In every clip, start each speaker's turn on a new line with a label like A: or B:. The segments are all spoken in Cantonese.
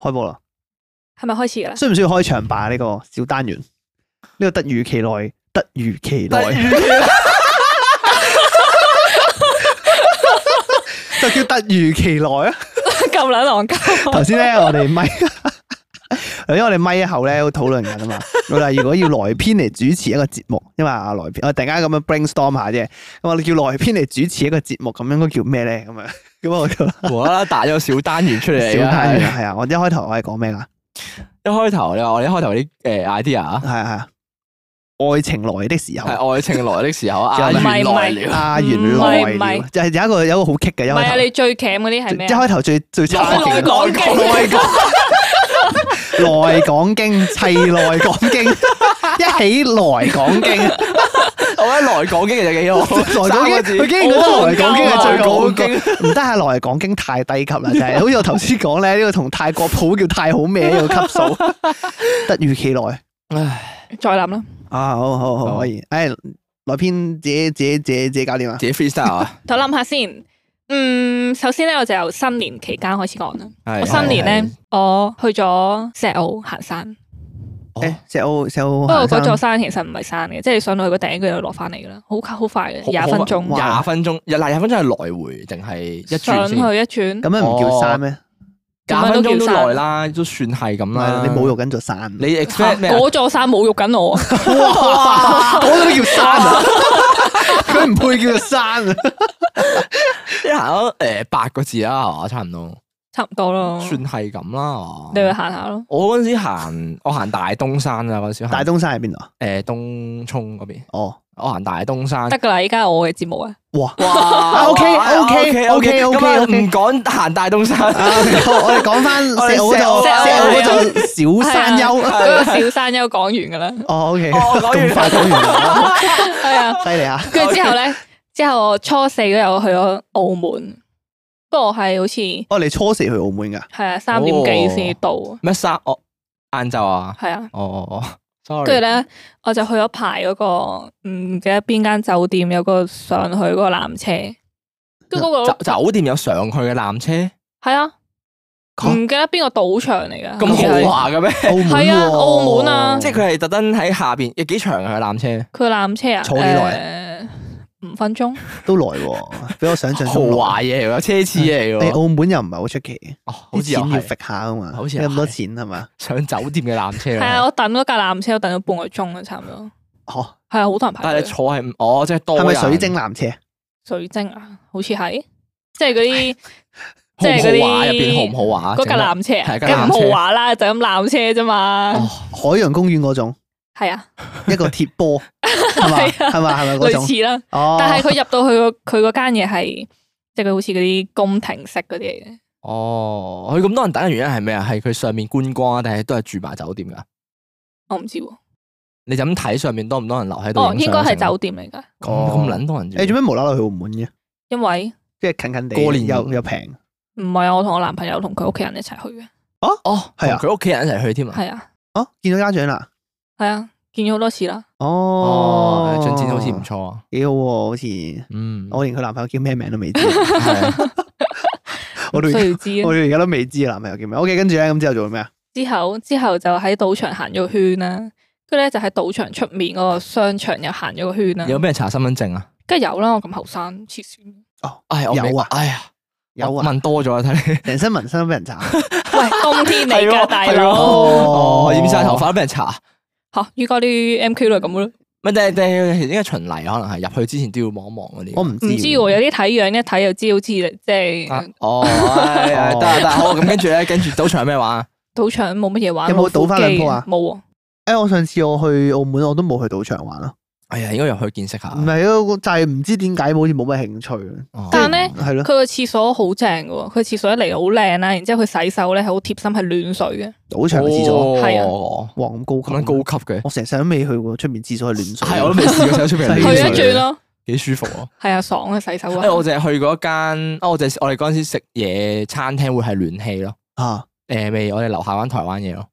A: 開波啦！
B: 係咪開始噶 啦？
A: 需唔需要開場白呢個小單元？呢個突如其來，突如其來就叫突如其來 啊！
B: 咁撚戇鳩，
A: 頭先咧，我哋咪， 因為我哋咪後咧討論緊啊嘛。我哋如果要來編嚟主持一個節目，因為啊來編，我突然間咁樣 brainstorm 下啫。咁我哋叫來編嚟主持一個節目，咁應該叫咩咧？咁樣 咁我就
C: 無啦啦打咗小單元出嚟
A: 小
C: 啊
A: 單元係啊。我一開頭我係講咩啊噶？
C: 一開頭你話我哋一開頭啲誒 idea 啊
A: 係 啊係啊，愛情來的時候。
C: 係愛情來的時候
A: 仲
C: 啊，啊
A: 有
C: 原
A: 咩
C: 來了，
A: 啊，原來
B: 唔係唔係
A: 了就係有一個有一個好棘嘅，一
B: 唔係啊！
A: 開
B: 你最鉗嗰啲係
A: 頭
B: 咩
A: 一
B: 啊？
A: 開頭最最差
B: 內
A: 嘅
B: 港經
C: 內港
A: 內港經砌內港 經，一起內港經，
C: 我覺得內港經其實幾好，
A: 內港
C: 三
A: 經
C: 個字
A: 佢竟然覺得內港經係最
C: 好
A: 好
B: 啊
C: 經
A: 嘅，唔得係內港經太低級啦，就係好似我頭先講咧，呢個同泰國普叫太好咩呢個級 數，突如其來
C: 唉
B: 再諗啦。
A: 啊！好好好
C: 好
A: 可以，誒來篇自己自己自己自己搞掂啊！
C: 自己 freestyle 啊，
B: 我諗下先。嗯，首先咧，我就由新年期間開始講啦。我
C: 我
B: 新年咧，我去咗石澳行山，
A: 誒哎石澳石澳
B: 不
A: 行
B: 過嗰座
A: 山，
B: 山其實唔係山嘅，即係你上到去個頂，佢就落翻嚟噶啦，好快好快嘅，廿分鐘
A: 哇
C: 廿分鐘，廿廿分鐘係來回定係一
B: 上
C: 轉
B: 去
C: 先
B: 一？轉，
A: 咁樣唔叫山咩？
C: 廿
B: 咁樣
C: 分
B: 都叫
C: 鐘都
B: 山
C: 耐啦，都算係咁
A: 唔係
C: 啦。
A: 哦嗯你侮辱緊座山。
C: 你 expect 咩啊？
B: 嗰座山侮辱緊我，
A: 哇！嗰個都叫山啊，佢唔配叫做山啊。
C: 一行咗誒八個字啦，係嘛，差唔多，
B: 差唔多咯。
C: 算係咁啦，係嘛
B: 你去行下咯，
C: 我嗰陣時行，我行大東山啊，嗰陣時行
A: 大東山喺邊度啊？
C: 誒東涌嗰邊，
A: 哦，
C: 我行大東山
B: 得。噶啦！依家我嘅節目啊，
A: 哇！
C: 哇
A: OK，OK，OK，
C: 咁啊
A: OK，OK
C: 唔講行大東
A: 啊
C: 山，
A: 好我哋講翻石澳嗰
C: 我
A: 度，
B: 哋
A: 石
B: 石
A: 澳
B: 澳
A: 嗰度小山丘。
B: 嗰個啊小山丘講完噶啦，
A: 哦，OK，
C: 哦講完
A: 咁快講完啦，
B: 係啊。
A: 犀利啊！
B: 跟住之後咧，之後我初四嗰日我去咗澳門，不過我係好似係
A: 哦，你初四去澳門噶？
B: 啊三點幾先到，係
C: 咩山？我晏晝啊，
B: 啊。
C: 哦哦哦，sorry。
B: 跟住咧，我就去咗排嗰、個嗯唔記得邊間酒店有個上去嗰個纜車，跟住嗰個
C: 酒酒店有上去嘅纜車，
B: 係啊，
A: 嚇
B: 唔記得邊個賭場嚟㗎，好似係啊
C: 咁豪啊華嘅咩？
A: 澳門
B: 係啊
A: 喎
B: 澳門啊
C: 即係佢係特登喺下邊，有幾長嘅纜車？
B: 佢纜車啊，
A: 坐幾
B: 耐？五分鐘，
A: 都來喎，比我想象
C: 豪
A: 中耐
C: 華嘢嚟喎，奢侈嘢嚟
A: 你
C: 喎。
A: 澳門又唔係好出奇，
C: 哦，好
A: 啲
C: 似又
A: 錢要
C: 係
A: 揈下噶嘛，
C: 好似又
A: 有咁多
C: 係
A: 錢係嘛？
C: 上酒店嘅纜車
B: 係啊，
C: 啦。
B: 我等嗰架纜車，我等咗半個鐘啊，差唔多，
A: 哦，
B: 係啊，好多人排
C: 但係
B: 隊
C: 你坐係唔哦，即係多
A: 係咪
C: 人
A: 水晶纜車？
B: 水晶啊，好似係，即係嗰啲即
C: 豪
B: 係嗰
C: 唔豪華
B: 啲
C: 入邊豪唔豪華？
B: 嗰架纜車啊，
C: 係架
B: 梗係
C: 纜車
B: 唔豪華啦，就咁纜車啫嘛，
A: 海洋公園嗰種。
B: 係啊，
A: 一個鐵波，係嘛
B: 係啊
A: 係嘛係咪嗰
B: 類
A: 種？
B: 似啦。
A: 哦，
B: 但係佢入到去個佢嗰間嘢係，即係佢好似嗰啲宮廷式嗰啲嚟嘅，
C: 哦，佢咁多人等嘅原因係咩啊？係佢上面觀光啊，定係都係住埋酒店噶？
B: 我唔知喎。
C: 你就咁睇上面多唔多人留喺度？啊
B: 哦，應該係酒店嚟㗎，
C: 咁咁撚多人住。
A: 你哦做咩無啦啦去澳門嘅？
B: 因為
A: 即係近近地，
C: 過年
A: 又又平，
B: 唔係啊我同我男朋友同佢屋企人一齊去嘅，
C: 哦，
A: 係啊
C: 同佢屋企人一齊去添啊。
B: 係啊，
A: 哦，見到家長啦，
B: 係啊，見咗好多次啦。
A: 哦
C: 哦，，進展好似唔，錯啊。
A: 幾好喎，好似
C: 嗯，
A: 我連佢男朋友叫咩名都未知，
C: 係啊
A: 我
B: 唔
A: 哋
B: 需要知啊
A: 我哋而家都未知男朋友叫咩。OK，跟住咧，咁之後做咩啊？
B: 之後之後就喺賭場行咗個圈啦，跟住咧就喺賭場出面嗰個商場又行咗個圈啦。
C: 有咩查身份證啊？
B: 梗係有啦，我咁後生，黐線。
C: 哎，我
A: 有啊
C: 明哎呀，
A: 有
C: 我
A: 啊，
C: 問多咗啊，睇你。
A: 成身紋身都俾人 查，啊
B: 喂，冬天嚟
C: 係
B: 噶，
C: 喎
B: 大
C: 係喎
B: 佬。
C: 哦，染晒頭髮都俾人查。
B: 吓，依家啲 M Q 都係咁咯。
C: 咪定係定係應該巡禮，可能係入去之前都要望一望嗰啲。
A: 我唔
B: 唔知喎，有啲睇樣一睇就知，好似即
C: 啊
B: 係
C: 哦，哎哎得啦得啦，好咁跟住咧，跟住賭場有咩玩啊？
B: 賭場冇乜嘢玩。
A: 有冇
B: 老虎
A: 賭返兩
B: 機
A: 鋪啊
B: 冇喎，
A: 誒，我上次我去澳門，我都冇去賭場玩咯，
C: 哎呀，應該入去見識下。
A: 唔係啊，就係唔知點解好似冇乜興趣，啊
C: 哦
B: 但咧
A: 係
B: 佢
A: 咯，
B: 個廁所好正嘅喎，佢廁所一嚟好靚啦，然之後佢洗手咧係好貼心，係暖水嘅。
A: 賭場嘅廁所，
B: 係啊
C: 啊，
A: 哇咁高級
C: 咁樣高級嘅，
A: 我成世都未去過出面廁所係暖水，
C: 係我都未試過洗手出面
A: 暖
B: 去
A: 水哎
B: 一
A: 啊
B: 轉，咯，
C: 幾舒服啊！
B: 係啊，爽啊，洗手
C: 因為我
B: 啊。
C: 淨係去過一間，啊我淨係我哋嗰陣時食嘢餐廳會係暖氣咯，
A: 啊，
C: 誒未我哋樓下玩台灣嘢咯，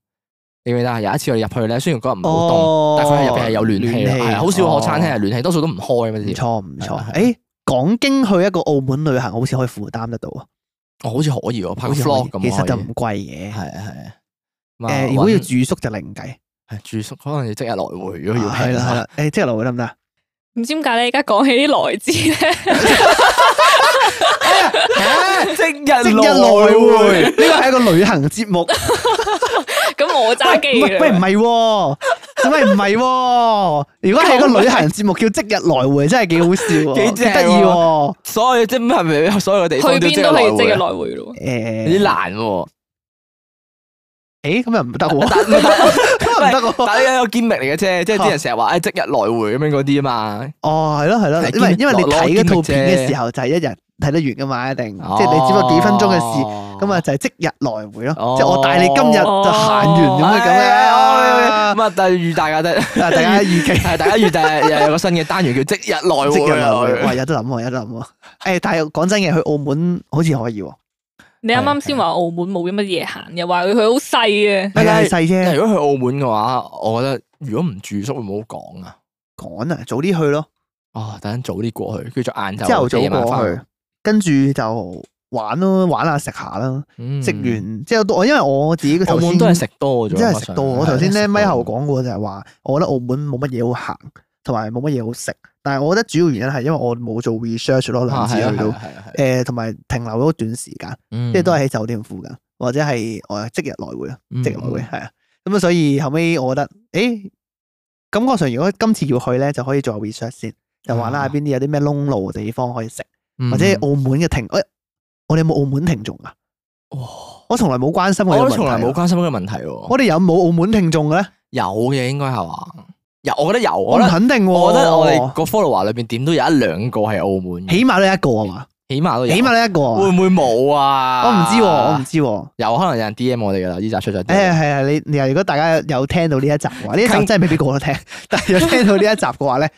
C: 你記唔記得啊？有一次我哋入去咧，雖然嗰日唔係好凍，
A: 哦
C: 但係佢入邊係有暖氣
A: 暖
C: 咯，
A: 氣
C: 係好少我餐廳係暖氣，多數都唔開嘅
A: 唔
C: 啲。
A: 哦錯唔錯
C: 係。啊
A: 誒，港經去一個澳門旅行，好似可以負擔得到啊！
C: 哦，好似可以喎，拍
A: 好
C: 個
A: 似
C: vlog
A: 可
C: 咁
A: 以
C: 喎，
A: 其實就
C: 可以
A: 唔貴嘅。
C: 係啊係啊。咁啊
A: 誒，如果要
C: 搵
A: 住宿就另計。啊
C: 係住宿，可能要即日來回。如果要
A: 係
C: 平
A: 啦係
C: 啦，
A: 啦，誒，即係來回得唔得啊？
B: 唔知點解咧，而家講起啲來自咧，
C: 即日
A: 即日來回，呢個係一個旅行節 目。
B: 咁我揸機
A: 喂喂，唔係喎，喂唔係喎。如果係一個旅行節目叫即日來回，真係幾好笑喎，
C: 幾
A: 幾
C: 正喎
A: 得意喎。
C: 所有即係咪所有嘅地
B: 去
C: 方都要
B: 邊都係即
C: 即
B: 日
C: 日來
B: 來
C: 回啊？
B: 回咯。
A: 誒，
C: 有啲難喎，
A: 誒咁又唔得喎，
C: 但
A: 咁又唔得 喎。
C: 但係有個堅力嚟嘅啫，即係啲人成日話誒即日來回咁樣嗰啲啊嘛。
A: 哦，係咯係咯，
C: 係
A: 因為
C: 堅
A: 因為你
C: 攞攞
A: 睇嗰套
C: 堅力啫哦
A: 片嘅時候就係一日睇得完噶嘛，一定即係你只不過幾分鐘嘅事。
C: 事
A: 咁啊，就係即日來回咯
C: 哦，
A: 即係我帶你今日就行完咁樣咁樣，
C: 咁啊，但係預大家都
A: 大家預 期。
C: 係大家預大又有個新嘅單元叫即日來
A: 即日
C: 回
A: 來回，
C: 啊
A: 哇！。有得諗喎，有得諗喎。誒，但係講真嘅，去澳門好似可以喎，
B: 你啱啱先話澳門冇乜嘢行，又話佢好細嘅，
C: 但係
A: 係細
C: 但係
A: 啫，
C: 如果去澳門嘅話，我覺得如果唔住宿會唔會好講啊？
A: 趕啊，早啲去咯，
C: 哦，等陣早啲過去，跟住再晏晝
A: 朝頭早
C: 夜晚
A: 過
C: 翻
A: 去，跟住就玩咯，玩下食下啦，
C: 嗯
A: 食完之後都我因為我自己嘅頭
C: 澳門
A: 先
C: 都係食多咗，
A: 真係食到我頭先咧，咪
C: 咪
A: 後講過就係話，我覺得澳門冇乜嘢好行，同埋冇乜嘢好食。但係我覺得主要原因係因為我冇做 research 咯，兩
C: 啊
A: 次去到誒，呃同埋停留咗短時間，即係都
C: 嗯
A: 係喺酒店附近，或者係我即日來回咯，
B: 嗯
A: 即日來
C: 嗯
A: 回係啊。咁啊，所以後尾我覺得，誒，感覺上如果今次要去咧，就可以做下 research 先，就玩啦
C: 啊嗯
A: 邊啲有啲咩窿路地方可以食，
C: 係
B: 嗯
A: 或者澳門嘅停，誒，我哋有冇澳門聽眾啊？
C: 哇！
A: 我從來冇關心過呢
C: 我
A: 個問題
C: 都從來冇
A: 喎，
C: 關心呢個問題喎。
A: 啊我哋有冇澳門聽眾嘅咧？
C: 有嘅應該係嘛？有，我覺得有。
A: 我
C: 我
A: 唔
C: 覺得
A: 肯定喎，
C: 我覺得我哋個 follower 裏邊點都有一兩個係澳門嘅，
A: 起碼都一個啊嘛，
C: 起碼都有。
A: 起碼都一個
C: 會
A: 啊嘛。
C: 唔會冇啊？
A: 我唔知喎，我唔知喎。
C: 有可能有人 D M 我哋噶啦，呢集出
A: 誒
C: 咗。
A: 係啊，你你如果大家有聽到呢一集嘅話，呢一集
C: 坑
A: 真係未必個個都 聽，但係有聽到呢一集嘅話咧，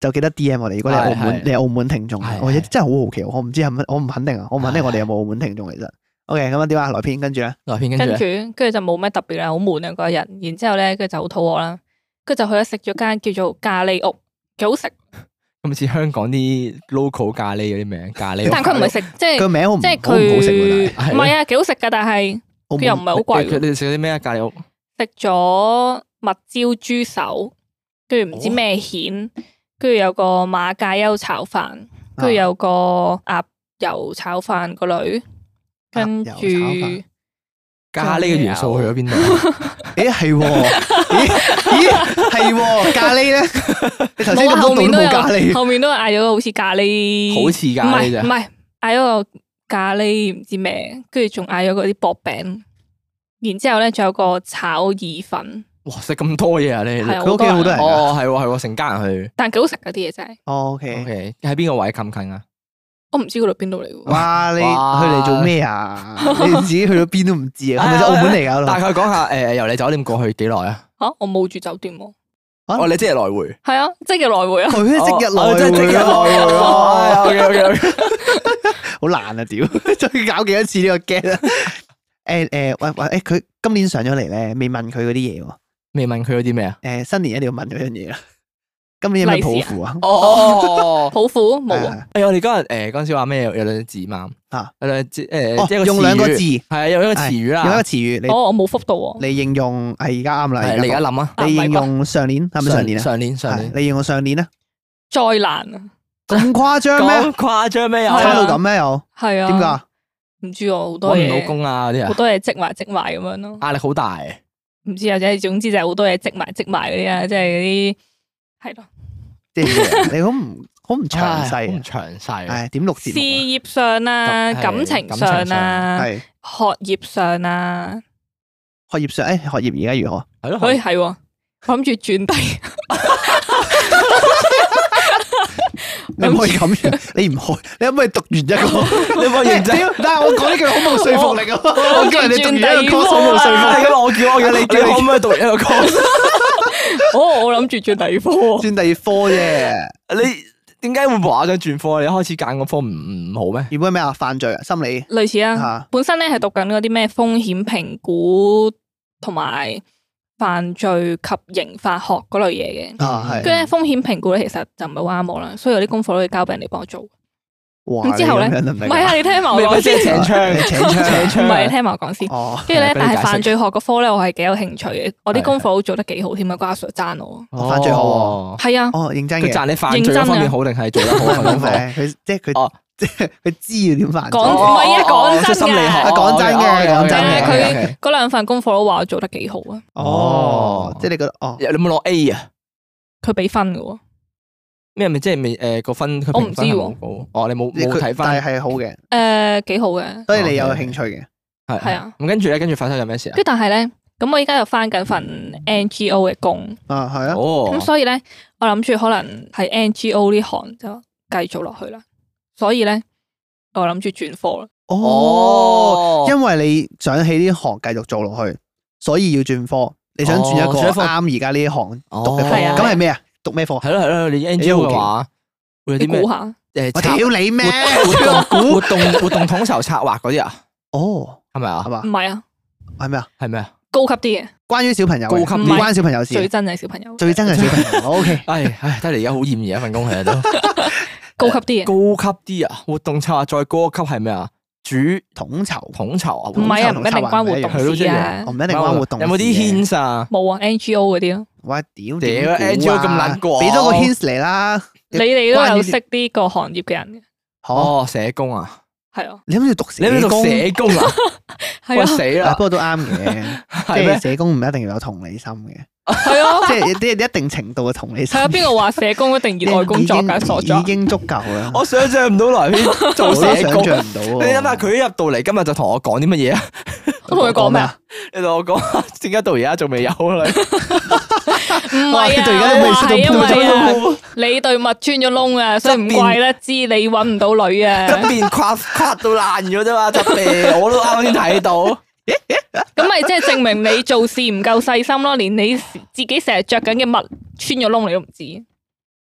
A: 就記得 D M 我哋。如果你係澳
C: 係
A: 門，
C: 係
A: 你係澳門聽眾
C: 係，
A: 我
C: 係
A: 真係好好奇，我唔知係咪，我唔肯定啊，我唔肯定
C: 係
A: 我哋有冇澳門聽眾其實。O K，咁啊點啊，萊編跟住咧，
C: 來片跟
B: 跟
C: 住
B: 住
C: 咧
B: 跟住就冇咩特別啦，好悶啊嗰一日。然之後咧，跟住就好肚餓啦，跟住就去咗食咗間叫做咖喱屋，幾好食，
C: 咁似香港啲 local 咖喱嗰啲名，咖喱屋。
B: 但佢唔係食即
A: 個
B: 係
A: 名好唔
B: 即係
A: 好唔好食喎
B: 佢
C: 但係
B: 唔係啊，幾好食噶，但係
A: 但
B: 佢
A: 係
B: 又
A: 澳
B: 唔
A: 門
B: 係好貴
C: 佢
B: 喎。
C: 哋食啲咩啊？咖喱屋
B: 食咗蜜椒豬手，跟住唔知咩蚬，跟住有個馬介休炒
A: 啊
B: 飯，跟住有個鴨油炒飯個女，跟住
A: 鴨油啊炒飯
C: 咖喱嘅元素去咗邊度？啊
A: 誒係喎，咦咦係喎，咖 喱咧，你頭先咁
B: 冇啊後
A: 多度
B: 面
A: 都
B: 都
A: 冇咖
B: 有，
A: 喱，
B: 後面都有嗌咗個好似咖喱，
C: 好似咖喱
B: 嗯唔係唔
C: 咋？
B: 係嗌咗個咖喱唔知咩，跟住仲嗌咗嗰啲薄餅，然之後咧仲有個炒意粉，
C: 哇！食咁多嘢啊！你
B: 係啊
A: 佢屋企好多人哦㗎。
C: 哦，係喎係喎，成家人去。
B: 但幾好食嗰啲嘢真係，
A: O
C: O
A: K。
C: K，喺邊個位近唔近啊？
B: 我唔知佢度邊度嚟喎。
A: 哇！你去
C: 哇
A: 嚟做咩 啊？你自己去到邊都唔知啊？係咪先澳門嚟噶？
C: 哎大概講下誒，由你酒店過去幾耐啊？
B: 吓、我冇住酒店喎，
A: 啊
C: 哦，你即係來回。
B: 係啊，即係來回啊。
A: 佢都即日
C: 哦哦即
A: 來
C: 係即
A: 回
C: 日 來回
A: 啊！
C: 哦。O K O K，
A: 好難啊！屌， 再搞幾多次呢個 game 啊？誒誒，喂喂，誒佢今年上咗嚟咧，未問佢嗰啲嘢喎。
C: 未問佢有啲咩啊？
A: 誒新年一定要問嗰樣嘢啦。今年有咩抱
B: 利是啊
A: 負啊？
C: 哦。
B: 抱負冇啊，
A: 啊！
C: 哎係我哋嗰日誒嗰陣時話咩有有兩隻字嘛，
A: 啊
C: 有兩隻誒
A: 哦
C: 即係一個
A: 用兩個字，用
C: 詞語，係啊有一個詞語
A: 一個
C: 啦，
A: 詞語，
B: 我我冇覆到喎。
A: 你你應用係而家啱啦。
C: 係你而家諗啊，
A: 你應
B: 啊
A: 用上年係咪上年啊？
C: 上年上
A: 係
C: 年
A: 你應用上年啊？
B: 災難啊，
A: 咁誇張咩？啊
C: 咁誇張咩有
B: 係
A: 差
B: 啊
A: 到咁咩？又
B: 係啊，
A: 點解？
B: 唔知我好多
C: 搵唔
B: 嘢
C: 到，工啊嗰啲
B: 好
C: 啊，
B: 多嘢積埋積埋咁樣咯。
C: 壓力好大，
B: 唔知啊，即係總之就係好多嘢積埋積埋嗰啲啊，即係嗰啲係咯。
A: 即係你好唔好唔詳
C: 唉好
A: 細
C: 唔
A: 啊？
C: 詳細，
A: 唉，點錄
B: 事
A: 節目
B: 業上啦，
C: 係
B: 感情上
C: 感情
B: 啦
A: 啊？，係
B: 學業上啦，
A: 學業上，誒學業而家如何？
C: 係咯，
B: 喂係喎，我諗住轉低，
A: 你唔可以咁樣，你唔可，你可唔可以讀完一個？
C: 你冇認 真
A: 屌但係我講呢句好冇說服力啊！我叫人哋讀完一個 course 好冇
B: 我
A: 說啊
C: 係咁我叫我叫你叫可唔可以讀一個 course？
B: 哦，我諗住轉第二
A: 服
B: 科，
A: 力，轉第二科啫。
C: 你點解會無啦啦轉科？你一開始揀嗰科唔唔好咩？
A: 原本係咩啊？犯罪啊，心理
B: 類似啊。
A: 嚇，
B: 本身咧係讀緊嗰啲咩風險評估同埋犯罪及刑法學嗰類嘢嘅。
A: 啊係
B: 跟住咧風險評估咧，其實就唔係好啱我啦，所以有啲功課都要交俾人哋幫我做。
A: 哇！
B: 咁之後呢
A: 你咁樣得唔得
B: 唔
A: 㗎
B: 係啊，你聽埋我講 先。
A: 請槍 請槍
B: 唔係，你聽埋我講先。
A: 哦，
B: 跟住咧
C: 係，俾你
B: 但
C: 解
B: 係
C: 釋
B: 犯罪學嗰科咧，我係幾有興趣嘅。我
C: 係
B: 啲功課都做得幾好添啊，瓜 Sir 讚我。
A: 犯罪好喎啊
C: 好，
B: 係啊，
A: 哦，認真
C: 哦佢啊
A: 嘅，
C: 讚你犯罪嗰方面好定係做得 好
A: 唔
C: 嘅功 課？
A: 係佢即係佢
C: 哦，
A: 即係佢知要點犯罪。
B: 講唔係啊講真㗎啊
C: 即係心理學，哦
A: 啊講真嘅講真嘅
C: 啊
B: 佢嗰兩份功課都話我做得幾好啊，
A: 哦，即係你覺得哦，
C: 佢有冇攞 A 啊？
B: 佢俾分嘅喎。
C: 咩咪即係未誒個分佢
B: 我唔
C: 評分係
B: 知喎
C: 冇高，哦你冇冇
A: 佢
C: 睇
A: 但
C: 翻
A: 係係好嘅，
B: 誒幾呃好嘅。
A: 所以你有興趣嘅。
C: 係
B: 係啊。
C: 咁跟住咧，跟住發生咗咩事啊
B: 跟？住但係咧，咁我依家又翻緊份 NGO 嘅工，
A: 啊，係啊，
C: 哦
B: 咁，所以咧，我諗住可能喺 NGO 呢行就繼續落去啦。所以咧，我諗住轉科啦。
A: 哦，因為你想喺呢行繼續做落去，所以要轉科。你想轉一
C: 哦
A: 個
C: 轉一科
A: 啱而家呢行讀嘅科，
B: 哦係啊
A: 咁係咩啊？讀咩科？
C: 係咯係咯，你 NGO
A: 好奇
C: 嘅話會有
B: 你
C: 啲咩啊
B: 估下，
C: 誒
A: 我
C: 策
A: 屌你 咩？
C: 活動活動活動活動統籌策劃嗰啲啊？
A: 哦，
C: 係咪啊
A: 係？嘛
B: 唔？係啊，
A: 係咩啊？
C: 係咪啊？
B: 高級啲嘅，
A: 關於小朋友嘅，
C: 高
A: 唔
B: 級啲
A: 關小朋友事
B: 最
A: 嘅，
B: 真係小朋友，
A: 最憎嘅小 朋友。O K，
C: 唉唉，睇嚟而家好厭而家份工係都
B: 高級啲嘅。
C: 高級啲啊！活動策劃再高級係咩啊？主
A: 統籌
C: 統籌啊？活
B: 唔
C: 動
B: 係啊，
A: 通常
B: 唔一定關活
C: 係咯
B: 動
C: 即
B: 事
C: 係
B: 啊
A: 我唔，一定關活動事
C: 有
A: 嘅。
C: 冇啲 hints 啊？
B: 冇啊 NGO 嗰啲咯，
A: 哇屌
C: 屌
A: 點估啊
C: NGO 咁撚過
A: 俾多個 hints 嚟啦。
B: 你哋
A: 關
B: 都
A: 於
B: 有
A: 啲
B: 識呢個行業嘅人嘅，
A: 好，
C: 哦，社工啊？
B: 係啊，
A: 你諗住讀社
C: 你喺度讀
A: 工？
C: 社工啊？
B: 係
C: 喂
B: 啊，
C: 死
A: 啊
C: 啦
A: 不！過都啱嘅，即
C: 係咩
A: 係？社工唔一定要有同理心 嘅，
B: 係啊，
A: 即係啲一定程度嘅同理
B: 係
A: 心。
B: 啊，邊個話社工一定熱愛工作㗎？傻
A: 已經已
B: 咗，
A: 經足夠啦。
C: 我想象唔到萊編做
A: 我
C: 社
A: 都想
C: 工。
A: 象唔到喎。
C: 你諗下，佢一入到嚟今日就同我講啲乜嘢啊？
B: 我同佢講咩啊？
C: 你同我講 點解到而家仲未有啊？你
B: 唔係啊，
A: 哇你到而家都未
B: 話係
A: 識
B: 因
A: 到半
B: 為
A: 個
B: 啊，你對襪穿咗窿啊，所以唔怪得知你揾唔到女啊。
C: 側邊跨跨到爛咗啫嘛，側邊我都啱啱先睇到。
B: 咁咪即係證明你做事唔夠細心咯，連你自己成日着緊嘅襪穿咗窿你都唔知。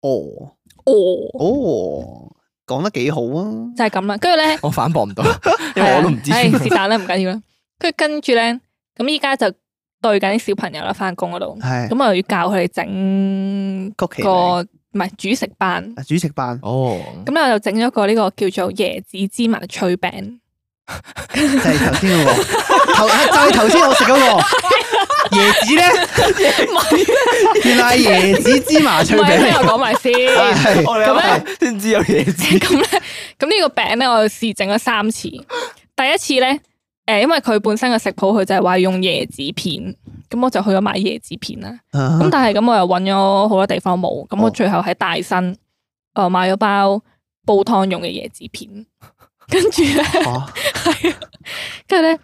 A: 哦
B: 哦，
A: 哦，講得幾好啊！
B: 就係咁啦。跟住咧，
C: 我反駁唔到，因為我都唔知。
B: 係啊唉是但啦，唔緊要啦。跟住跟住咧，咁依家就對緊啲小朋友啦，翻工嗰度，
A: 係
B: 咁啊要教佢哋整
A: 曲奇啊
B: 個唔係主食班。
A: 主食班
C: 哦，
B: 咁咧我就整咗個呢個叫做椰子芝麻脆餅，
A: 就係頭先嗰個，頭啊就係頭先我食嗰個椰 子咧，原來係椰子芝麻
B: 唔
A: 脆
B: 係
A: 餅
B: 聽。我講埋 先。
A: 係
C: 我哋啊咁咧先知有嘢 知。
B: 咁咧，咁呢個餅咧，我試整咗三次。第一次咧，誒，因為佢本身嘅食譜佢就係話用椰子片，咁我就去咗買椰子片啦。咁但係咁我又揾咗好多地方冇，咁
A: 啊哦
B: 我最後喺大新，誒買咗包煲湯用嘅椰子片，跟住咧，
A: 哦
B: 跟住咧，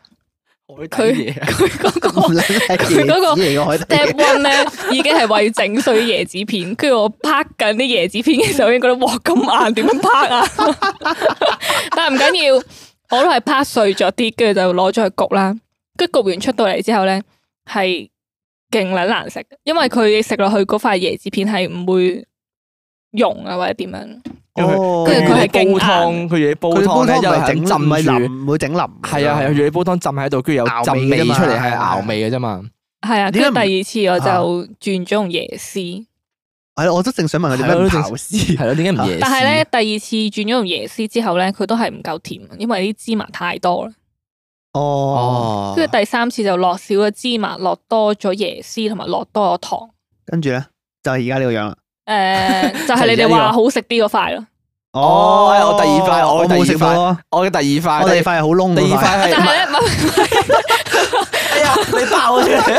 C: 佢嘢啊
B: 佢嗰個
A: 唔撚係
B: 佢嗰個
A: 椰子嚟嘅海底
B: step one 咧，已經係為整碎椰子片，跟住我拍緊啲椰子片嘅時候，已經覺得哇咁硬，點樣拍啊？ 但係唔緊要，我都係拍碎咗啲，跟住就攞咗去焗啦。跟住焗完出到嚟之後咧，係勁撚難食，因為佢食落去嗰塊椰子片係唔會溶啊，或者點樣。
A: 哦
B: 跟住佢係勁
C: 煲湯，
B: 硬
C: 佢嘢煲
A: 佢煲
C: 湯咧
A: 湯唔
C: 又
A: 係
C: 係
A: 整
C: 浸
A: 唔係
C: 住。
A: 淋，唔會整淋。
C: 係啊係啊，佢嘢煲湯浸喺度，跟住有
A: 熬味
C: 浸味
A: 㗎嘛啊
C: 出嚟，係啊熬味嘅啫嘛。
B: 係啊，跟
A: 點
B: 住
A: 解唔
B: 第二次我就轉咗用椰絲，
A: 係咯，我都正想問佢點
C: 係
A: 解
C: 咯
A: 唔
C: 正
A: 刨絲
C: 係咯，點解唔椰絲？
B: 但係咧第二次轉咗用椰絲之後咧，佢都係唔夠甜，啊因為啲芝麻太多啦。
A: 哦，
C: 哦，
B: 跟住第三次就落少咗芝麻，落多咗椰絲，同埋落多咗糖。
A: 跟住咧就係而家呢個樣啦。
B: 誒、就係你哋話好食啲嗰塊咯。
C: 哦哎我第二塊我
A: 我
C: 第二
A: 冇食過咯，
C: 我嘅第二塊，
A: 我第二塊係好窿
C: 第
A: 嗰
C: 二
A: 塊。
C: 塊
B: 但係
C: 係
B: 咧，唔係
C: 哎呀，你爆咗出嚟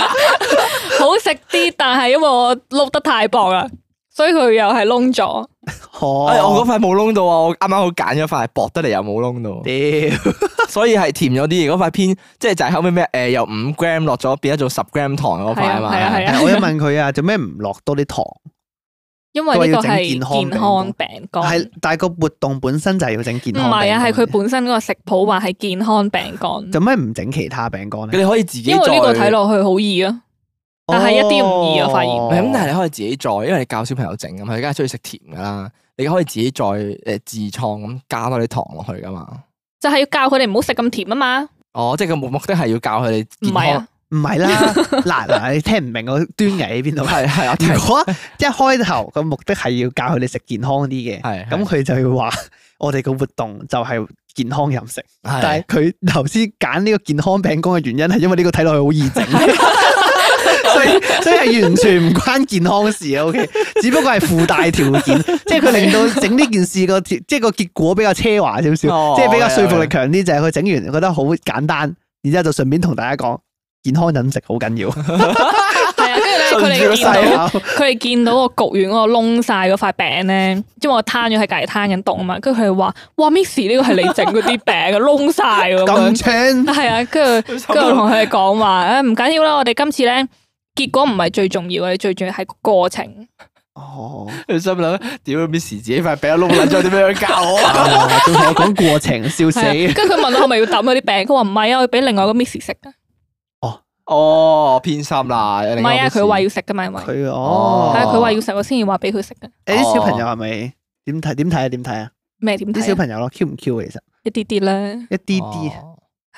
C: 啊！
B: 好食啲，但係因為我碌得太薄啦，所以佢又係窿咗。
A: 哦
C: 哎， 我嗰塊冇窿到啊！我啱啱好揀咗塊薄得嚟又冇窿到，
A: 屌，
C: 所以係甜咗啲。嗰塊偏即係就係後尾咩誒，由五 gram 落咗變咗做十 gram 糖嗰塊啊嘛。
B: 係啊係啊係啊
A: 我有問佢啊，做咩唔落多啲 糖？
B: 因為呢個
A: 佢話
B: 係
A: 要整
B: 健
A: 健康
B: 康餅
A: 係
B: 乾，，
A: 但係個活動本身就係要整健
B: 唔
A: 康。
B: 係啊，係佢本身嗰個食譜話係健康餅乾，
A: 做咩唔整其他餅乾咧？啊
C: 你可以自己
B: 因為呢個睇
C: 再。
B: 落去好易啊， 但係一啲唔易啊發現
A: 哦
C: 咁但係你可以自己再，因為你教小朋友整咁，佢梗係中意食甜噶啦。你可以自己再誒自創咁加多啲糖落去噶嘛。
B: 就係要教佢哋唔好食咁甜啊嘛。
C: 哦，即係個目目的係要教佢哋
B: 唔係
C: 健康
B: 啊，
A: 唔係 啦，嗱嗱，你聽唔明我端倪喺邊度？啊
C: 係係我聽
A: 如果一開頭個目的係要教佢哋食健康啲嘅，
C: 係係
A: 咁佢就要話我哋個活動就係健康飲食。
B: 哎
C: 係
A: 但係佢頭先揀呢個健康餅乾嘅原因係因為呢個睇落去好易整，所以所以係完全唔關健康事啊。O K，只不過係附帶條件，即係佢令到整呢件事個條即係個結果比較奢華少
C: 哦
A: 少，即係比較說服力強啲，就係佢整完覺得好簡單，然之後就順便同大家講健康飲食好緊要。
B: 係啊， 跟住咧佢哋見到。佢哋見到我焗完嗰個窿晒嗰塊餅咧，因為我攤咗喺隔離攤緊凍啊嘛，跟住佢哋話：哇，Miss 呢個係你整嗰啲餅啊，窿晒喎咁
A: 咁
B: 樣。
A: 青
B: 係啊，跟住跟住我同佢哋講話：啊誒唔緊要啦，我哋今次咧結果唔係最重要嘅，最重要係個過程。
A: 哦，
C: 佢心諗，屌 Miss 自己塊餅窿撚咗，點樣教我
B: 哦
C: 啊？
A: 仲同我講過程，笑死。
B: 係啊跟住佢問我係咪要抌嗰啲餅，佢話唔係啊，我俾另外一個 Miss 食 啊。
C: 哦，偏心啦，
B: 唔
C: 唔
B: 係啊，佢話要食噶嘛，因為係
A: 佢哦，
C: 哦
B: 啊佢話要食，我先至話俾佢食嘅。
A: 誒啲小
B: 哦
A: 朋友係咪點睇？點睇啊？點睇啊？
B: 咩點
A: 啲小
B: 睇啊？
A: 朋友咯，Q 唔 Q 啊？其實
B: 一啲啲啦，
A: 一啲
C: 哦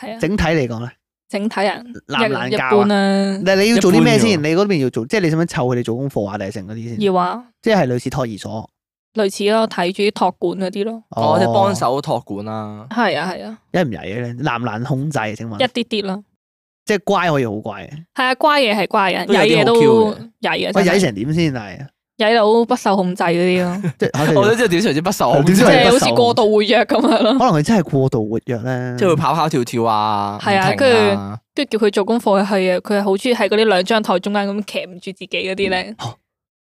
A: 啲，
B: 係啊，
A: 整體嚟講咧，
B: 整體人
A: 難唔難
B: 一一
A: 教啊
B: 般啦，
A: 但係你要做啲咩
C: 一
A: 先？
C: 般
A: 你嗰邊要做，即係你想唔想湊佢哋做功課啊，定係成嗰啲先？
B: 要啊。
A: 即係類似托兒所，
B: 類似咯，睇住啲托管嗰啲咯。
C: 哦我哋幫，手托管啦。
B: 係啊係啊，
A: 曳唔曳嘅咧？難唔難控制啊？請
B: 一
A: 問，
B: 啲啲咯。
A: 即係乖可以好乖嘅，
B: 係啊，乖嘢係乖人，
C: 都有
B: 曳
C: 啲
B: 嘢
C: 好
B: 都
C: Q
B: 曳嘅。
A: 喂，
B: 真係
A: 曳成點先？但係啊
B: 曳到不受控制嗰 啲咯，
A: 即係
C: 我
A: 我
C: 都
A: 哋
C: 知道點算之不受控
A: 點
C: 制，
A: 知
B: 即
A: 因為
B: 係
A: 不
B: 好
A: 受
B: 似過度活躍咁樣咯。
A: 可能佢真係過度活躍咧，
C: 即係會跑跑跳跳啊，
B: 係啊
C: 唔停
B: 跟住叫佢做功課，係啊，佢係好中意喺嗰啲兩張台中間咁騎唔住自己嗰啲咧
A: 嚇，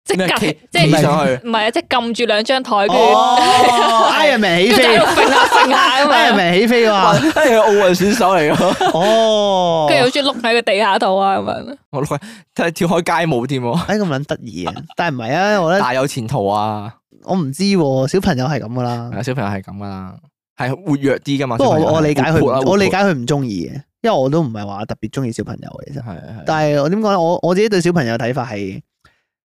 B: 即
C: 咩
B: 係
C: 企
B: 夾即係
C: 企上去，
B: 唔係啊，即係撳住兩張台，跟住
A: 哦，Iron Man 起
B: 跟住啊
A: 飛
B: 喺度 揈下揈下咁
A: ，Iron
B: 樣，
A: Man 起飛
C: 哇！
A: 喎，
C: 真係哎奧運選手嚟㗎，
A: 哦，
B: 跟住好中意碌喺個地下度啊咁樣。
C: 我諗真係跳開街舞添喎，
A: 哎咁撚得意啊！但係唔係啊？我覺得
C: 大有前途啊！
A: 我唔知喎，小朋友係咁噶啦。
C: 小朋友係咁噶啦，係活躍啲噶嘛。
A: 不過
C: 小朋友
A: 我我理解佢
C: 活潑啊
A: 唔，我理解
C: 活
A: 佢唔中意嘅，因為我都唔係話特別中意小朋友嘅，其實
C: 潑。係係，
A: 但係我點講咧？我我自己對小朋友睇法係，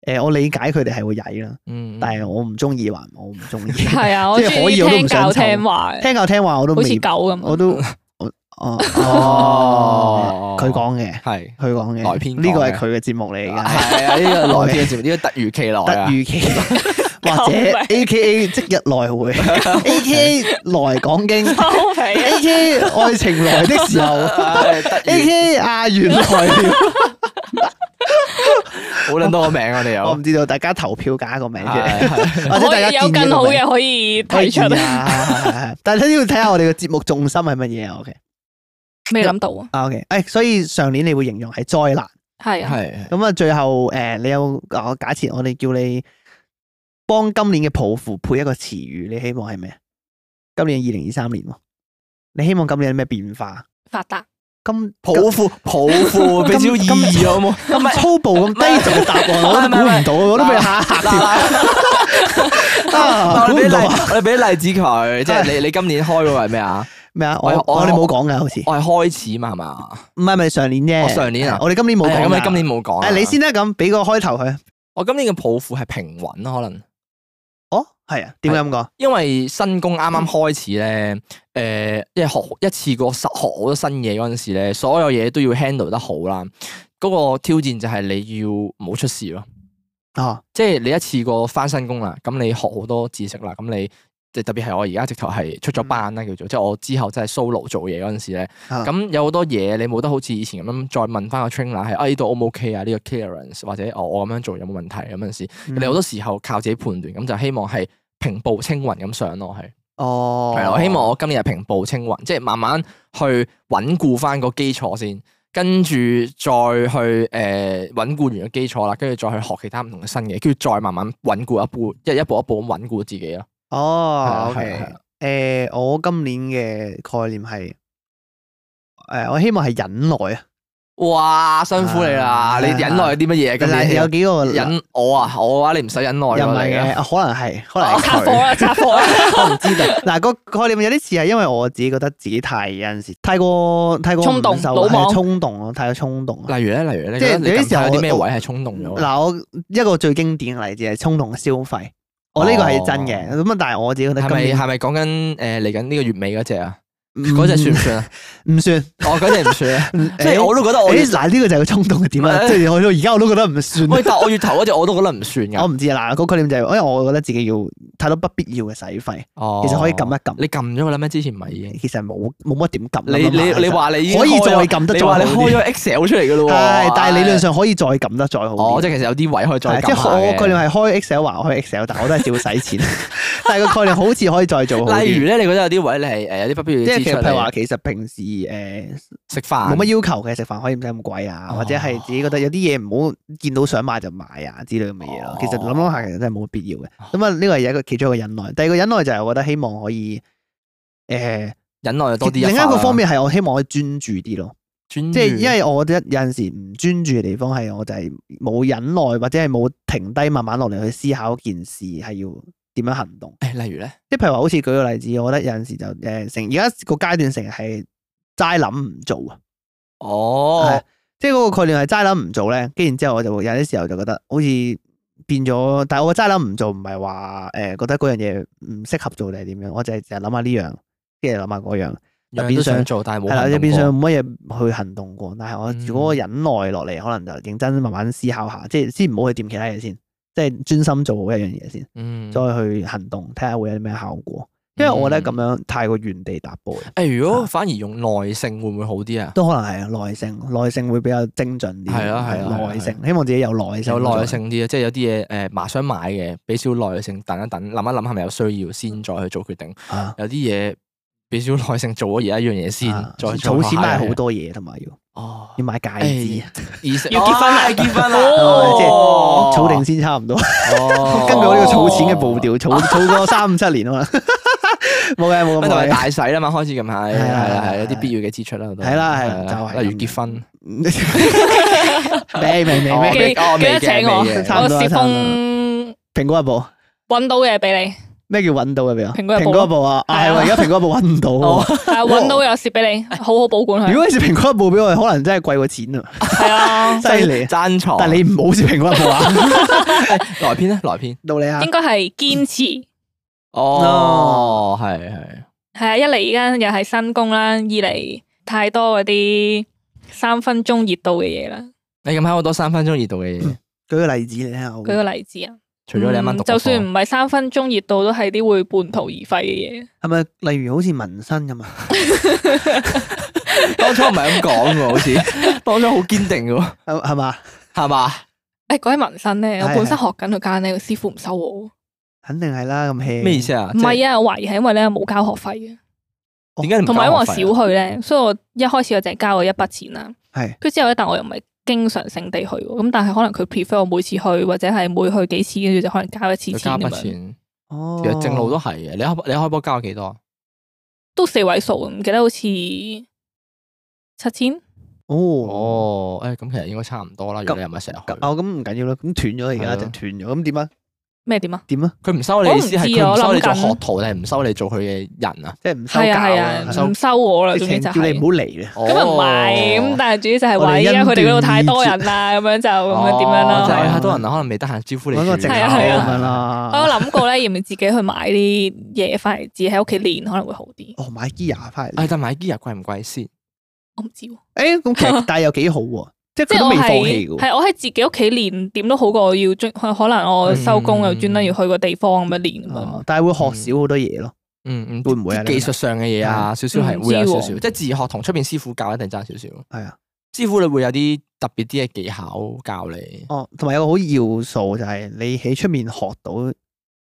A: 誒、我理解佢哋係會曳啦，
C: 嗯
A: 但係我唔中意還我唔中 意。
B: 係啊，我
A: 即係
B: 中
A: 可
B: 意
A: 以我都唔
B: 聽
A: 想
B: 教
A: 湊
B: 聽話嘅，
A: 聽教聽話我都
B: 好似
A: 未，
B: 狗咁。
A: 我都我哦
C: 哦
A: 哦，佢講嘅，
C: 係
A: 佢講嘅，
C: 萊編講嘅
A: 呢個係佢嘅節目嚟嘅，
C: 係啊！呢個來嘅節目，呢個突如其來
A: 突
C: 啊！
A: 如 其來或者 A K A 即日來回，A K A 來講經
B: 收皮啊！
A: ，A K A 愛情來的時
C: 哎
A: 候
C: 唉突
A: ，A
C: 如
A: K A 阿元來了。
C: 好撚多個名我哋
A: 我唔
C: 有，
A: 知道，大家投票揀一個名
C: 係
A: 啫，
C: 係
A: 或者
B: 可
A: 大家
B: 以
A: 建
B: 有
A: 議
B: 更好
A: 個名
B: 嘅可以提出
A: 可以建議啊！ 係係係但係都要睇下我哋嘅節目重心係乜嘢啊？OK
B: 未諗到啊，
A: 啊 OK，誒，所以上年你會形容係災難，
B: 係啊，
C: 係
A: 咁啊，最後誒，你有啊？假設我哋叫你幫今年嘅抱負配一個詞語，你希望係咩？今年二零二三年喎，你希望今年有咩變化？
B: 發達
A: 咁
C: 抱負抱負，俾少意義好冇？唔係
A: 咁粗暴咁低俗嘅答案，我都估唔到，我都俾你嚇一嚇 添
C: 嗱嗱
A: 啊！
C: 我
A: 估
C: 哋俾
A: 唔
C: 例，
A: 到啊！
C: 我哋俾例子佢，即係你你今年開嗰個係咩啊？
A: 咩啊？我
C: 我我
A: 我哋冇講㗎，好似。
C: 我係開始嘛，係嘛？
A: 唔係唔係上年啫，
C: 我上年啊
A: 係我哋今年冇
C: 係
A: 講
C: 咁
A: 㗎
C: 你今年冇講啊。
A: 誒，你先啦，咁俾個開頭佢。
C: 我今年嘅抱負係平穩咯，可能
A: 哦，係啊，點解咁講？
C: 因為新工啱啱開始咧，誒、即係學一次過實學好多新嘢嗰陣時咧，所有嘢都要 handle 得好啦。嗰、個挑戰就係你要唔好出事咯，
A: 哦，
C: 即係啊你一次過翻新工啦，咁你學好多知識啦，咁你即係特別係我而家直頭係出咗班啦，叫做即係我之後真係 solo 做嘢嗰陣時咧，
A: 啊
C: 咁有好多嘢你冇得好似以前咁樣再問翻個 trainer 係啊呢度 O 唔 OK 啊呢個 clearance 或者哦我咁樣做有冇問題咁陣時。
A: 嗯
C: 你好多時候靠自己判斷，咁就希望係平步青雲咁上咯，係
A: 哦，
C: 係啦啊我希望我今年係平步青雲，即係慢慢去穩固翻個基礎先，跟住再去誒穩固完個基礎啦，跟住再去學其他唔同嘅新嘢，跟住再慢慢穩固一步，一一步一步咁穩固自己咯。
A: 哦
C: 係啊係啊
A: ，OK，
C: 係
A: 誒，我今年嘅概念係誒，我希望係忍耐啊。
C: 哇，辛苦你啦！
A: 啊
C: 你忍耐有啲乜嘢？咁
A: 嗱，有幾個
C: 忍我啊，我啊，你唔使忍耐
A: 又唔
C: 咯，
A: 係
C: 你
A: 嘅，
C: 啊
A: 啊可能係，可能係
B: 拆火
A: 佢。
B: 啦，拆啊火啦，
A: 我唔知道。嗱，個概念有啲似係因為我自己覺得自己太有陣時太過太過
B: 衝動
A: 唔受
B: 魯莽
A: 係衝動咯，太過衝動啊。
C: 例如咧，例如咧，
A: 即係有
C: 你覺得你
A: 啲時候
C: 近排有啲咩
A: 我
C: 位係衝動咗？
A: 嗱，我一個最經典嘅例子係衝動消費，我呢個係真嘅。咁啊，但係我自己覺得
C: 哦係
A: 今
C: 咪呃
A: 年
C: 係咪講緊誒嚟緊呢個月尾嗰只啊？嗰只算唔算 啊？
A: 唔算？
C: 哦，嗰只唔算啊，即係我都覺得 我
A: 誒嗱呢個就係個衝動嘅點啦，
C: 誒
A: 即係我到而家我都覺得唔算。
C: 喂，但係我月頭嗰只我都覺得唔算
A: 我
C: 㗎。
A: 唔知啊，嗱，個概念就係，因為我覺得自己要太多不必要嘅使費，
C: 哦
A: 其實可以撳一撳
C: 你撳咗㗎啦咩？之前唔係已經。
A: 其實冇冇乜點撳。啊
C: 你你你話你已經
A: 可以再
C: 開咗
A: 撳得
C: 你
A: 再好
C: 話你開
A: 啲，
C: 咗 Excel 出嚟㗎咯
A: 係
C: 喎。，
A: 但係理論上可以再撳得再好
C: 哦，
A: 啲。
C: 即係其實有啲位可以再
A: 係
C: 撳
A: 即係
C: 下
A: 我
C: 嘅
A: 概念係開 Excel 還開 Excel，但我都係照使錢。 但係個概念好似可以再做好啲。
C: 例如咧，你覺得有啲位你係誒有啲不必要
A: 即係
C: 嘅支
A: 其
C: 出
A: 實譬如
C: 嚟
A: 話，其實平時誒
C: 食飯
A: 冇乜要求嘅食飯可以唔使咁貴啊，
C: 哦
A: 或者係自己覺得有啲嘢唔好見到想買就買啊之類咁嘅嘢咯
C: 哦。
A: 其實諗諗下，其實真係冇乜必要嘅。咁啊，呢個係一個其中一個忍耐。第二個忍耐就係我覺得希望可以誒，
C: 忍耐多啲。啊
A: 另一個方，面係我希望可以專注啲咯。
C: 即
A: 即係因為我覺得有陣時唔專注嘅地方係我就係冇忍耐或者係冇停低慢慢落嚟去思考件事係要點樣行動。
C: 誒，例如咧，
A: 即係譬如話，好似舉個例子，我覺得有陣時就誒成而家個階段成日係齋諗唔做啊，
C: 哦
A: 係，即係嗰個概念係齋諗唔做咧，跟住然之後我就會有啲時候就覺得好似變咗，但係我個齋諗唔做唔係話誒覺得嗰樣嘢唔適合做定係點樣，我就係就係諗下呢樣，跟住諗下嗰樣，
C: 樣
A: 變
C: 都想
A: 相
C: 做，但係冇
A: 係啦，
C: 行
A: 即
C: 動
A: 係變
C: 過
A: 相冇乜嘢去行動過。但係我如果我
C: 嗯
A: 忍耐落嚟，可能就認真慢慢思考下，即係先唔好去掂其他嘢先，即係專心做好一樣嘢先。
C: 嗯
A: 再去行動，睇下會有啲咩效果。因為我覺得咁樣太過原地踏步，
C: 誒，如果反而用耐性會唔會好啲啊？
A: 都可能係耐性，耐性會比較精準啲。
C: 係啊係啊係啊
A: 耐性，希望自己有耐性。
C: 有耐。性啲啊，即係有啲嘢誒，麻想買嘅，俾少耐性，等一等，諗一諗係咪有需要先再去做決定。
A: 啊，
C: 有啲嘢俾少耐性做咗而家一樣嘢先，再做
A: 儲錢買
C: 下一樣
A: 好
C: 嘢。
A: 多嘢，同埋要
C: 哦，
A: 要買戒指，
C: 意識
B: 要結婚啦
C: 哦結婚啦，
B: 哦
A: 即係
C: 哦
A: 儲定先差唔多。
C: 哦
A: 根據我呢個儲錢嘅步調，儲儲過三五七年啊嘛。 冇嘅冇
C: 咁
A: 咁
C: 同埋
A: 耐。
C: 大使啦嘛，開始咁係
A: 係
C: 係
A: 啦
C: 啦
A: 係啦
C: 係有啲必要嘅支出啦，都
A: 係啦係
C: 係啦
A: 就係
C: 例如
A: 咁
C: 結婚，
A: 未未未
C: 哦
A: 未，
B: 記
C: 未哦
B: 記得
C: 未嘅
B: 請我，
C: 未嘅
A: 差唔
B: 我
A: 多
B: 涉
A: 差唔多
B: 風
A: 蘋果日報
B: 揾到嘢俾你，
A: 咩叫揾到嘅俾我？
B: 蘋果日報
A: 蘋果日報啊，
B: 係
A: 係
B: 啊
A: 喎，而家蘋果日報揾唔到喎。
B: 啊揾到又攝俾你，好好保管
A: 哦如
B: 佢。
A: 果你食蘋果一部俾我，可能真係貴過錢啊！
B: 係 啊，
A: 犀利啊！
C: 爭床，
A: 但係你唔好食蘋果一部啊！
C: 來篇咧，來篇
A: 道理啊
B: 應該係堅持。
C: 哦，係係
B: 係啊，一嚟而家又係新工啦，二嚟太多嗰啲三分鐘熱度嘅嘢啦。
C: 你近排好多三分鐘熱度嘅嘢，
A: 舉個例子你聽下我
B: 舉個例子啊，
C: 除咗你啱啱讀
B: 嗯
C: 嗰
B: 就
C: 科
B: 算唔係三分鐘熱度，都係啲會半途而廢嘅嘢。
A: 係咪例如好似紋身咁啊？
C: 當初唔係咁講嘅喎，好 似當初好堅定嘅喎，
A: 係係嘛？
C: 係嘛？
B: 誒，講起紋身咧，我
A: 係
B: 本身學緊嗰間咧，個師傅唔收我。唔
A: 肯定係啦，咁 hea
C: 咩意？思啊？即係
B: 係啊，我懷疑係因為咧冇交學費嘅，
C: 點解你 唔
B: 同埋因
C: 交
B: 為我
C: 學
B: 少
C: 費啊
B: 去咧，所以我一開始我淨係交咗一筆錢啦。
A: 係
B: 跟住之後咧，但我又唔係經常性地去喎，咁但係可能佢 prefer 我每次去，或者係每去幾次，跟住就可能交一次
C: 要
B: 錢
C: 交
B: 咁樣，
C: 筆
B: 哦
C: 錢，
A: 哦
C: 其實正路都係嘅。你開你開波交幾多？
B: 都四位數，唔記得好似七千。
A: 哦
C: 哦，誒咁其實應該差唔多啦。如果你又唔係成日
A: 咁
C: 去，
A: 哦咁唔緊要啦，咁斷咗而家
C: 係
A: 就
C: 咯
A: 斷咗，咁點啊？
B: 咩點啊？
A: 點啊？
C: 佢唔收你
B: 我
C: 意
B: 唔
C: 思係
B: 知
C: 佢
B: 啊
C: 唔
B: 我
C: 收你做
B: 諗緊
C: 學徒定係唔收你做佢嘅人啊？
A: 即係唔收
B: 係
A: 教
B: 啊係啊，
A: 收
B: 唔收我啦，
A: 直
B: 總之
A: 情
B: 就
A: 叫你唔好
B: 係。
A: 嚟啊咧。
B: 咁又唔係，咁
C: 哦
B: 但係主要就係
A: 我
B: 話
A: 哋
B: 依家佢哋嗰度太多
A: 因
B: 人啦，咁樣就咁樣點
A: 就
B: 樣
C: 哦就
B: 啦啊
A: 係。
C: 係太多人可能未得閒招呼你住。
A: 揾個藉口
B: 係啊係啊
A: 咁樣啦。
B: 我有諗過咧，要唔要自己去買啲嘢翻嚟，自己喺屋企練可能會好啲。
A: 哦，買 gear 翻嚟
C: 誒，。但買 gear 貴唔貴先？
B: 我唔知喎，
A: 誒，咁其 實但係又幾好喎，即係
B: 即
A: 佢
B: 係
A: 都
B: 我
A: 未放
B: 係啊
A: 棄嘅喎。
B: 係我喺自己屋企練，點都好過我要專可能我收工又
C: 嗯
B: 專登要去個地方咁樣練咁樣。
A: 哦但係會學少好多嘢咯，
C: 嗯嗯，
A: 會唔會啊？
C: 技術上嘅嘢啊，少少係
B: 唔
C: 會有
B: 知
C: 少
B: 喎
C: 少，即係自學同出邊師傅教一定爭少少。
A: 係啊。
C: 師傅你會有啲特別啲嘅技巧教你。
A: 哦，同埋有個好要素就係你喺出面學到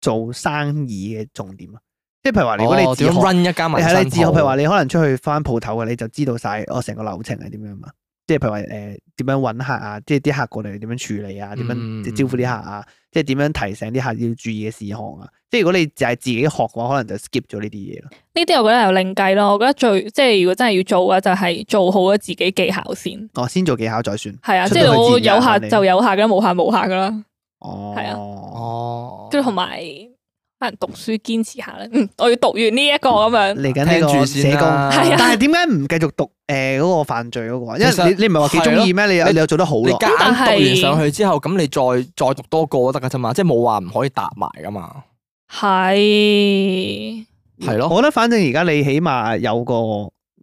A: 做生意嘅重點啊，即係譬如話，如果你
C: 哦
A: 自學，
C: 點樣 run 一間
A: 你
C: 民
A: 係你
C: 生啊
A: 自學，
C: 鋪
A: 譬如話你可能出去翻鋪頭嘅，你就知道晒我成個流程係點樣嘛。即係譬如呃話誒點樣揾客啊，即係啲客過嚟點樣處理啊，點
C: 嗯嗯
A: 樣
C: 嗯
A: 招呼啲客啊，即係點樣提醒啲客要注意嘅事項啊。即係如果你就係自己學嘅話，可能就 skip 咗呢啲嘢咯。
B: 呢啲我覺得又另計咯。我覺得最即係如果真係要做嘅話，就係做好咗自己技巧先。
A: 哦，先做技巧再算。
B: 係啊，
A: 出
B: 即
A: 到去
B: 係我
A: 自然
B: 有客
A: 啊你
B: 就有客㗎啦，冇客冇客㗎啦。
A: 哦，
B: 係啊
A: 啊。
C: 哦，
B: 跟住同埋可能讀書堅持下咧。嗯，我要讀完呢一個咁樣。
A: 嚟緊呢個
C: 聽住
A: 社
C: 先
A: 工，
C: 啦
B: 係啊
A: 但係點解唔繼續讀誒嗰個犯罪嗰個啊？因
C: 其實
A: 為你你唔係話幾中意咩？你有
C: 你
A: 你又做得好
C: 你
A: 咯。
C: 夾
B: 但
C: 硬讀完
B: 係
C: 上去之後，咁你再再讀多個都得噶啫嘛，即係冇話唔可以搭埋噶嘛。
B: 係，
C: 係咯
A: 我覺得反正而家你起碼有個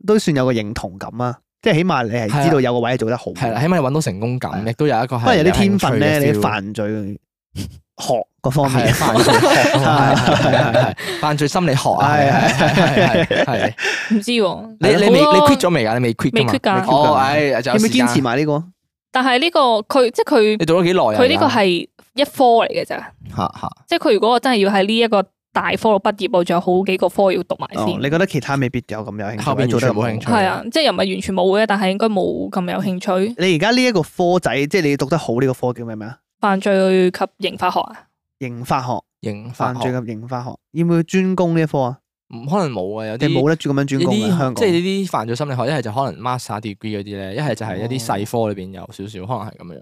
A: 都算有個認同感啊，即係起碼你
C: 係啊
A: 係知道有個位係做得好。
C: 係啦，起碼你揾到成功
A: 係啊
C: 感，亦都有一個係
A: 不過有啲天分咧，
C: 有興趣嘅
A: 你
C: feel
A: 犯罪學嗰方
C: 係
A: 面，
C: 犯罪學啊，係係係係犯罪心理學啊，係係係係係。
B: 唔知喎。
C: 你你未
B: 好
C: 你
B: 咯
C: quit 咗未㗎？你未 quit 㗎嘛
B: 未 quit 㗎
C: 哦，唉，就
A: 有冇堅持
C: 埋？
A: 埋呢個？
B: 但係呢個佢即係佢
C: 你讀咗幾耐啊？
B: 佢呢個係一科嚟嘅咋，
C: 嚇嚇
B: 即係佢如果我真係要喺呢一個大科度畢業，我仲有好幾個科要讀埋
A: 哦
B: 先，。
A: 你覺得其他未必有咁有興趣，
C: 後邊完
A: 做得
C: 全冇
A: 好
C: 興趣
B: 係啊，即係又唔係完全冇嘅，但係應該冇咁有興趣。
A: 你而家呢一個科仔，即係你讀得好呢個科叫咩名啊？
B: 犯罪及刑法學啊，
A: 刑法學、
C: 刑法
A: 犯罪
C: 學
A: 及刑法學，要唔要專攻呢一科啊？
C: 唔可能冇啊，有
A: 你
C: 啲
A: 冇得專咁樣專
C: 呢
A: 攻嘅香
C: 啲
A: 港。
C: 即係呢啲犯罪心理學，一係就可能 master degree 嗰啲咧，一係就係一啲細科裏邊有少少，可能係咁樣。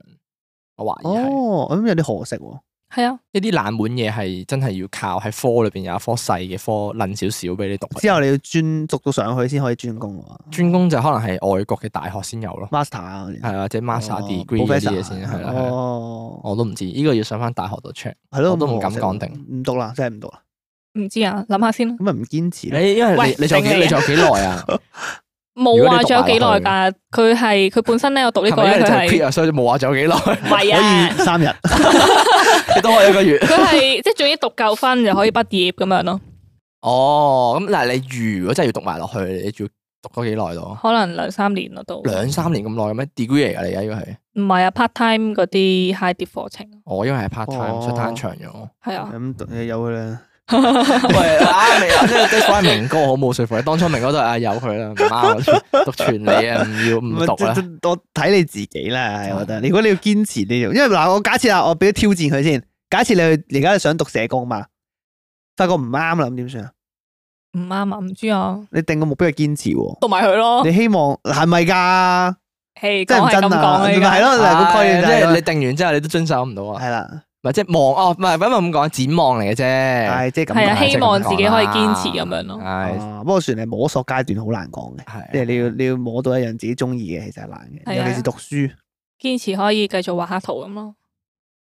C: 我懷疑係
A: 哦，咁有啲可惜喎。
B: 係啊，
C: 一啲冷門嘢係真係要靠喺科裏邊有一科細嘅科撚少少俾你讀。
A: 之後你要專讀到上去先可以專攻啊
C: 專攻就可能係外國嘅大學先有咯，
A: ，master 啊嗰啲。
C: 係啊，即係 master
A: 哦
C: degree 嗰啲
A: professor
C: 嘢先係啦。係啦
A: 哦，
C: 我都唔知，呢個要上翻大學度 check。
A: 係咯，
C: 我都唔
A: 咁可
C: 敢
A: 惜
C: 講
A: 喎
C: 定。
A: 唔讀啦，真係唔讀啦。
B: 唔知啊，諗下先啦。
A: 咁咪唔堅持咯。
C: 你因為
B: 喂
C: 你你仲有幾
B: 定你啊
C: 你仲有幾耐啊？
B: 冇啊，
C: 如果你讀
B: 仲有幾
C: 埋落
B: 耐
C: 去
B: 噶？佢係佢本身咧，我讀呢
C: 係
B: 個
C: 咪
B: 咧，
C: 因
B: 佢
C: 為你就係
B: 係
C: quit 啊？所以就冇話仲有幾耐，
B: 唔係啊
A: 可？以三日，
C: 你都可以一個月。
B: 佢係即係總之讀夠分就可以畢業咁樣咯，
C: 哦，咁嗱，你如果真係要讀埋落去，你仲要讀多幾耐咯？
B: 可能兩三年咯都。
C: 兩三年咁耐嘅咩？degree 嚟㗎你而家呢個係？
B: 唔係啊，part time 嗰啲 high dip 課程
C: 我因為係 part time
A: 哦
C: 出單長咗。
B: 係啊，
A: 咁讀有佢啦。
C: 喂，啊未啊，即係即係關於明哥好冇說服力。當初明哥都係啊有佢啦，唔啱 我讀全理啊，唔要唔
A: 係
C: 讀啦
A: 即。即我睇你自己啦，我覺得。如果你要堅持呢條，因為嗱，我假設啊，我俾啲挑戰佢先。假設你去而家想讀社工嘛，發覺唔啱啦，咁點算啊？
B: 唔啱啊，唔知啊，
A: 你定個目標係堅持喎。
B: 讀埋佢咯。
C: 哦
A: 你希望係咪㗎？
B: 係
A: 真
B: 講
A: 唔
B: 係
A: 真
B: 咁
A: 啊？
B: 講
A: 咪
B: 呢
A: 係
B: 個，
A: 咯，嗱個概念
C: 唉
A: 就
C: 即
A: 係
C: 係
A: 咯
C: 你定完之後你都遵守唔到啊。
A: 係啦，
C: 唔係即係望哦，唔係不過咁講，展望嚟嘅啫。
A: 係即係咁
B: 係啊，
A: 講。
B: 希望自己可以堅持咁樣咯。
C: 係
A: 啊不過算係摸索階段好難講嘅，即係
C: 係
A: 你要你要摸到一樣自己中意嘅，其實係難嘅，
B: 係
A: 尤
B: 啊
A: 其是讀書。
B: 堅持可以繼續畫下圖咁咯。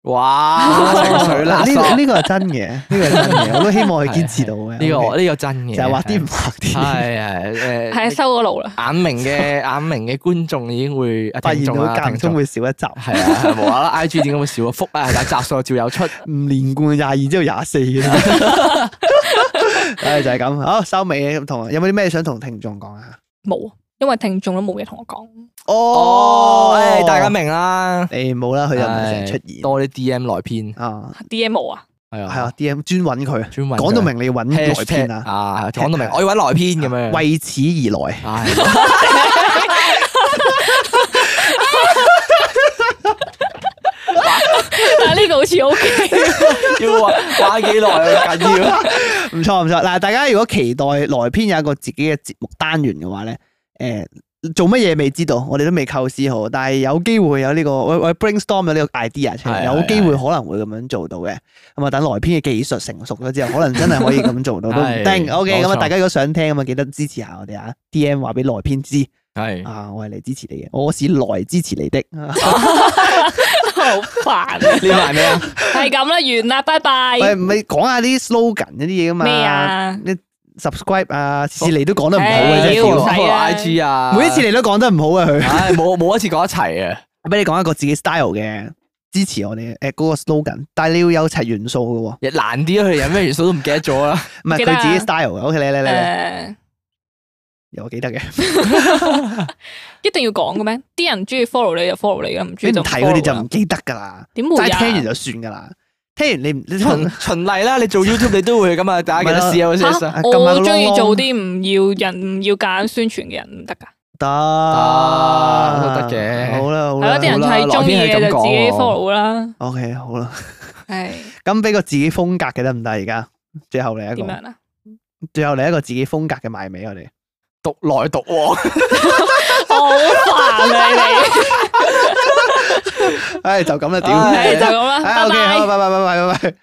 C: 哇，情緒勒
A: 呢個
C: 索
A: 呢個係真嘅，呢個係真 嘅，我都希望佢堅持到嘅。
C: 呢
A: OK
C: 個呢個真嘅，
A: 就係畫啲唔畫啲，
C: 係係
B: 係啊，
C: 誒，
B: 收咗路啦。
C: 眼明嘅眼明嘅觀眾已經會啊
A: 發
C: 聽
A: 現
C: 眾啦
A: 到間唔中會少一集，
C: 係啊， 係無啦啦 I G 點解會少個幅啊？但係集數照有出，
A: 唔連貫廿二之後廿四嘅。 唉，就係咁，好收尾咁同，有冇啲咩想同聽眾講啊？
B: 冇，因為聽眾都冇嘢同我講。
C: 哦，誒大家明啦，
A: 誒冇啦，佢又唔係成日出現
C: 多啲 D M 來篇，
A: 啊，
B: D M 啊，
C: 係
A: 係啊，D M 專揾佢，
C: 專揾
A: 講到明你要
C: 佢
A: 揾來篇
C: Hashtag
A: 啊，
C: 啊， 講到明，我要揾來篇咁樣，
A: 為此而來。
C: 唉，
B: 但係呢個好似 O K。
C: 要畫畫幾耐啊？緊要。
A: 唔錯唔錯，嗱，大家如果期待來篇有一個自己嘅節目單元嘅話咧，誒、做乜嘢未知道，我哋都未構思好，但係有機會有呢、個，我我 brainstorm 咗呢個 idea 出嚟，
C: 係
A: 有機會可能會咁樣做到嘅。咁啊，等來篇嘅技術成熟咗之後，可能真係可以咁做 到都唔定。
C: 係
A: OK，
C: 冇錯
A: 咁啊，大家如果想聽咁啊，記得支持下我哋啊，DM 話俾來篇知
C: 係
A: 啊，我係嚟支持你嘅，我是來支持你 的。
C: 哎
B: 好煩啊，
C: 呢埋咩啊？
B: 係咁啦，完啦，拜 拜。
A: 喂，唔係講下啲 slogan 嗰啲嘢噶嘛？
B: 咩啊？
A: subscribe 啊，次次嚟都講得唔好嘅
C: 哎
B: 唉
A: 啫
B: 要唔
A: 屌。
B: 使啊
C: I G 啊，
A: 每一次嚟都講得唔好啊佢。
C: 唉，冇冇一次講一齊啊，
A: 俾你講一個自己 style 嘅支持我哋誒嗰個 slogan，但係你要有齊元素嘅喎，
C: 亦難啲啊！佢哋有咩元素都唔記得咗啦。
A: 唔係
B: 記得啊
A: 佢自己 style 嘅。OK，嚟嚟嚟嚟，
B: 誒，
A: 有我記得嘅，
B: 一定要講嘅咩？啲人中意 follow 你就 follow 你啦，唔中
A: 你
B: 意
A: 唔
B: 就
A: 睇嗰啲
B: follow
A: 就
B: 啦
A: 唔記得㗎啦，
B: 點會
A: 齋
B: 啊？
A: 聽完就算㗎啦。聽完你唔你
B: 嗯
A: 可能
C: 循循例啦，你做 YouTube 你都會咁啊，大家記得試下先
B: 吓
C: 啊。
A: 撳下個
B: 我中意
A: long long
B: 做啲唔要人唔要揀宣傳嘅人唔得噶，
A: 得
C: 都得嘅
A: 好啦好
B: 係咯，
A: 啦
B: 啲人
C: 好啦
B: 係中意
C: 來
B: 嘅
C: 篇係
B: 就
C: 咁
B: 自己
C: 講喎
B: follow 啦，
A: ，OK 好啦，
B: 係
A: 咁俾個自己風格嘅得唔得？而家最後嚟一
B: 點
A: 個，
B: 樣啊？
A: 最後嚟一個自己風格嘅埋尾，我哋
C: 讀來讀往，
B: 好煩啊你，
A: 唉就咁啦，屌，
C: 唉
B: 係就咁啦，
A: 唉
B: 拜
A: OK
B: 哎拜
A: 好，。拜拜拜拜拜拜。